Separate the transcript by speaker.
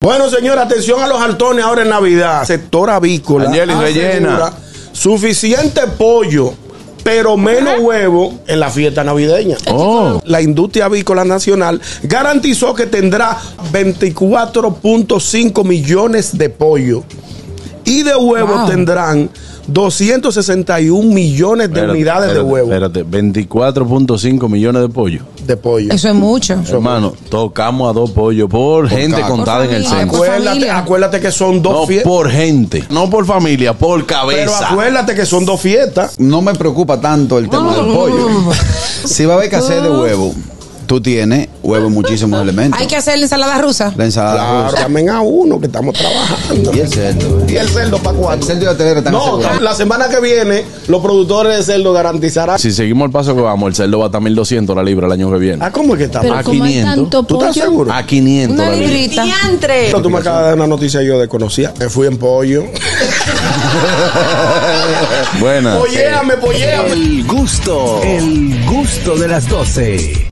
Speaker 1: Bueno, señor, atención a los altones ahora en Navidad. Sector avícola.
Speaker 2: Angeli,
Speaker 1: asegura
Speaker 2: rellena.
Speaker 1: Suficiente pollo, pero menos huevo en la fiesta navideña.
Speaker 2: Oh.
Speaker 1: La industria avícola nacional garantizó que tendrá 24.5 millones de pollo y de huevos
Speaker 3: Wow.
Speaker 1: tendrán 261 millones de
Speaker 2: Espérate,
Speaker 1: unidades de
Speaker 2: espérate,
Speaker 1: huevo
Speaker 2: Espérate, 24.5 millones de pollos.
Speaker 1: de pollo.
Speaker 3: Eso es mucho.
Speaker 2: Hermano, tocamos a dos pollos por gente
Speaker 1: cada-
Speaker 2: contada en el
Speaker 3: Por
Speaker 2: censo.
Speaker 1: Acuérdate,
Speaker 3: familia.
Speaker 1: acuérdate que son
Speaker 2: No
Speaker 1: dos fiestas.
Speaker 2: por gente, no por familia, por
Speaker 1: Pero
Speaker 2: cabeza.
Speaker 1: acuérdate que son dos fiestas.
Speaker 4: No me preocupa tanto el tema del pollo. Si va a haber que hacer de huevo, tú tienes huevo en muchísimos elementos.
Speaker 3: Hay que hacer la ensalada rusa.
Speaker 4: La ensalada
Speaker 1: Claro,
Speaker 4: rusa.
Speaker 1: llamen a uno que estamos trabajando.
Speaker 4: Y el cerdo.
Speaker 1: ¿Y el cerdo para
Speaker 4: El
Speaker 1: cuándo?
Speaker 4: cerdo y la telera están
Speaker 1: No,
Speaker 4: asegurados.
Speaker 1: la semana que viene los productores de cerdo garantizarán.
Speaker 2: Si seguimos el paso que vamos, el cerdo va a estar 1.200 la libra el año que viene.
Speaker 1: Ah, ¿cómo es que está?
Speaker 5: Pero
Speaker 2: a
Speaker 5: como hay
Speaker 2: 500.
Speaker 5: tanto
Speaker 1: ¿Tú estás
Speaker 5: pollo,
Speaker 1: seguro?
Speaker 2: A 500
Speaker 3: Una
Speaker 2: la libra.
Speaker 3: librita.
Speaker 6: Diantre.
Speaker 1: Tú me acabas de dar una noticia yo desconocía. Me fui en pollo.
Speaker 2: Buenas.
Speaker 1: Polléame, polléame.
Speaker 7: El gusto, el gusto de las 12.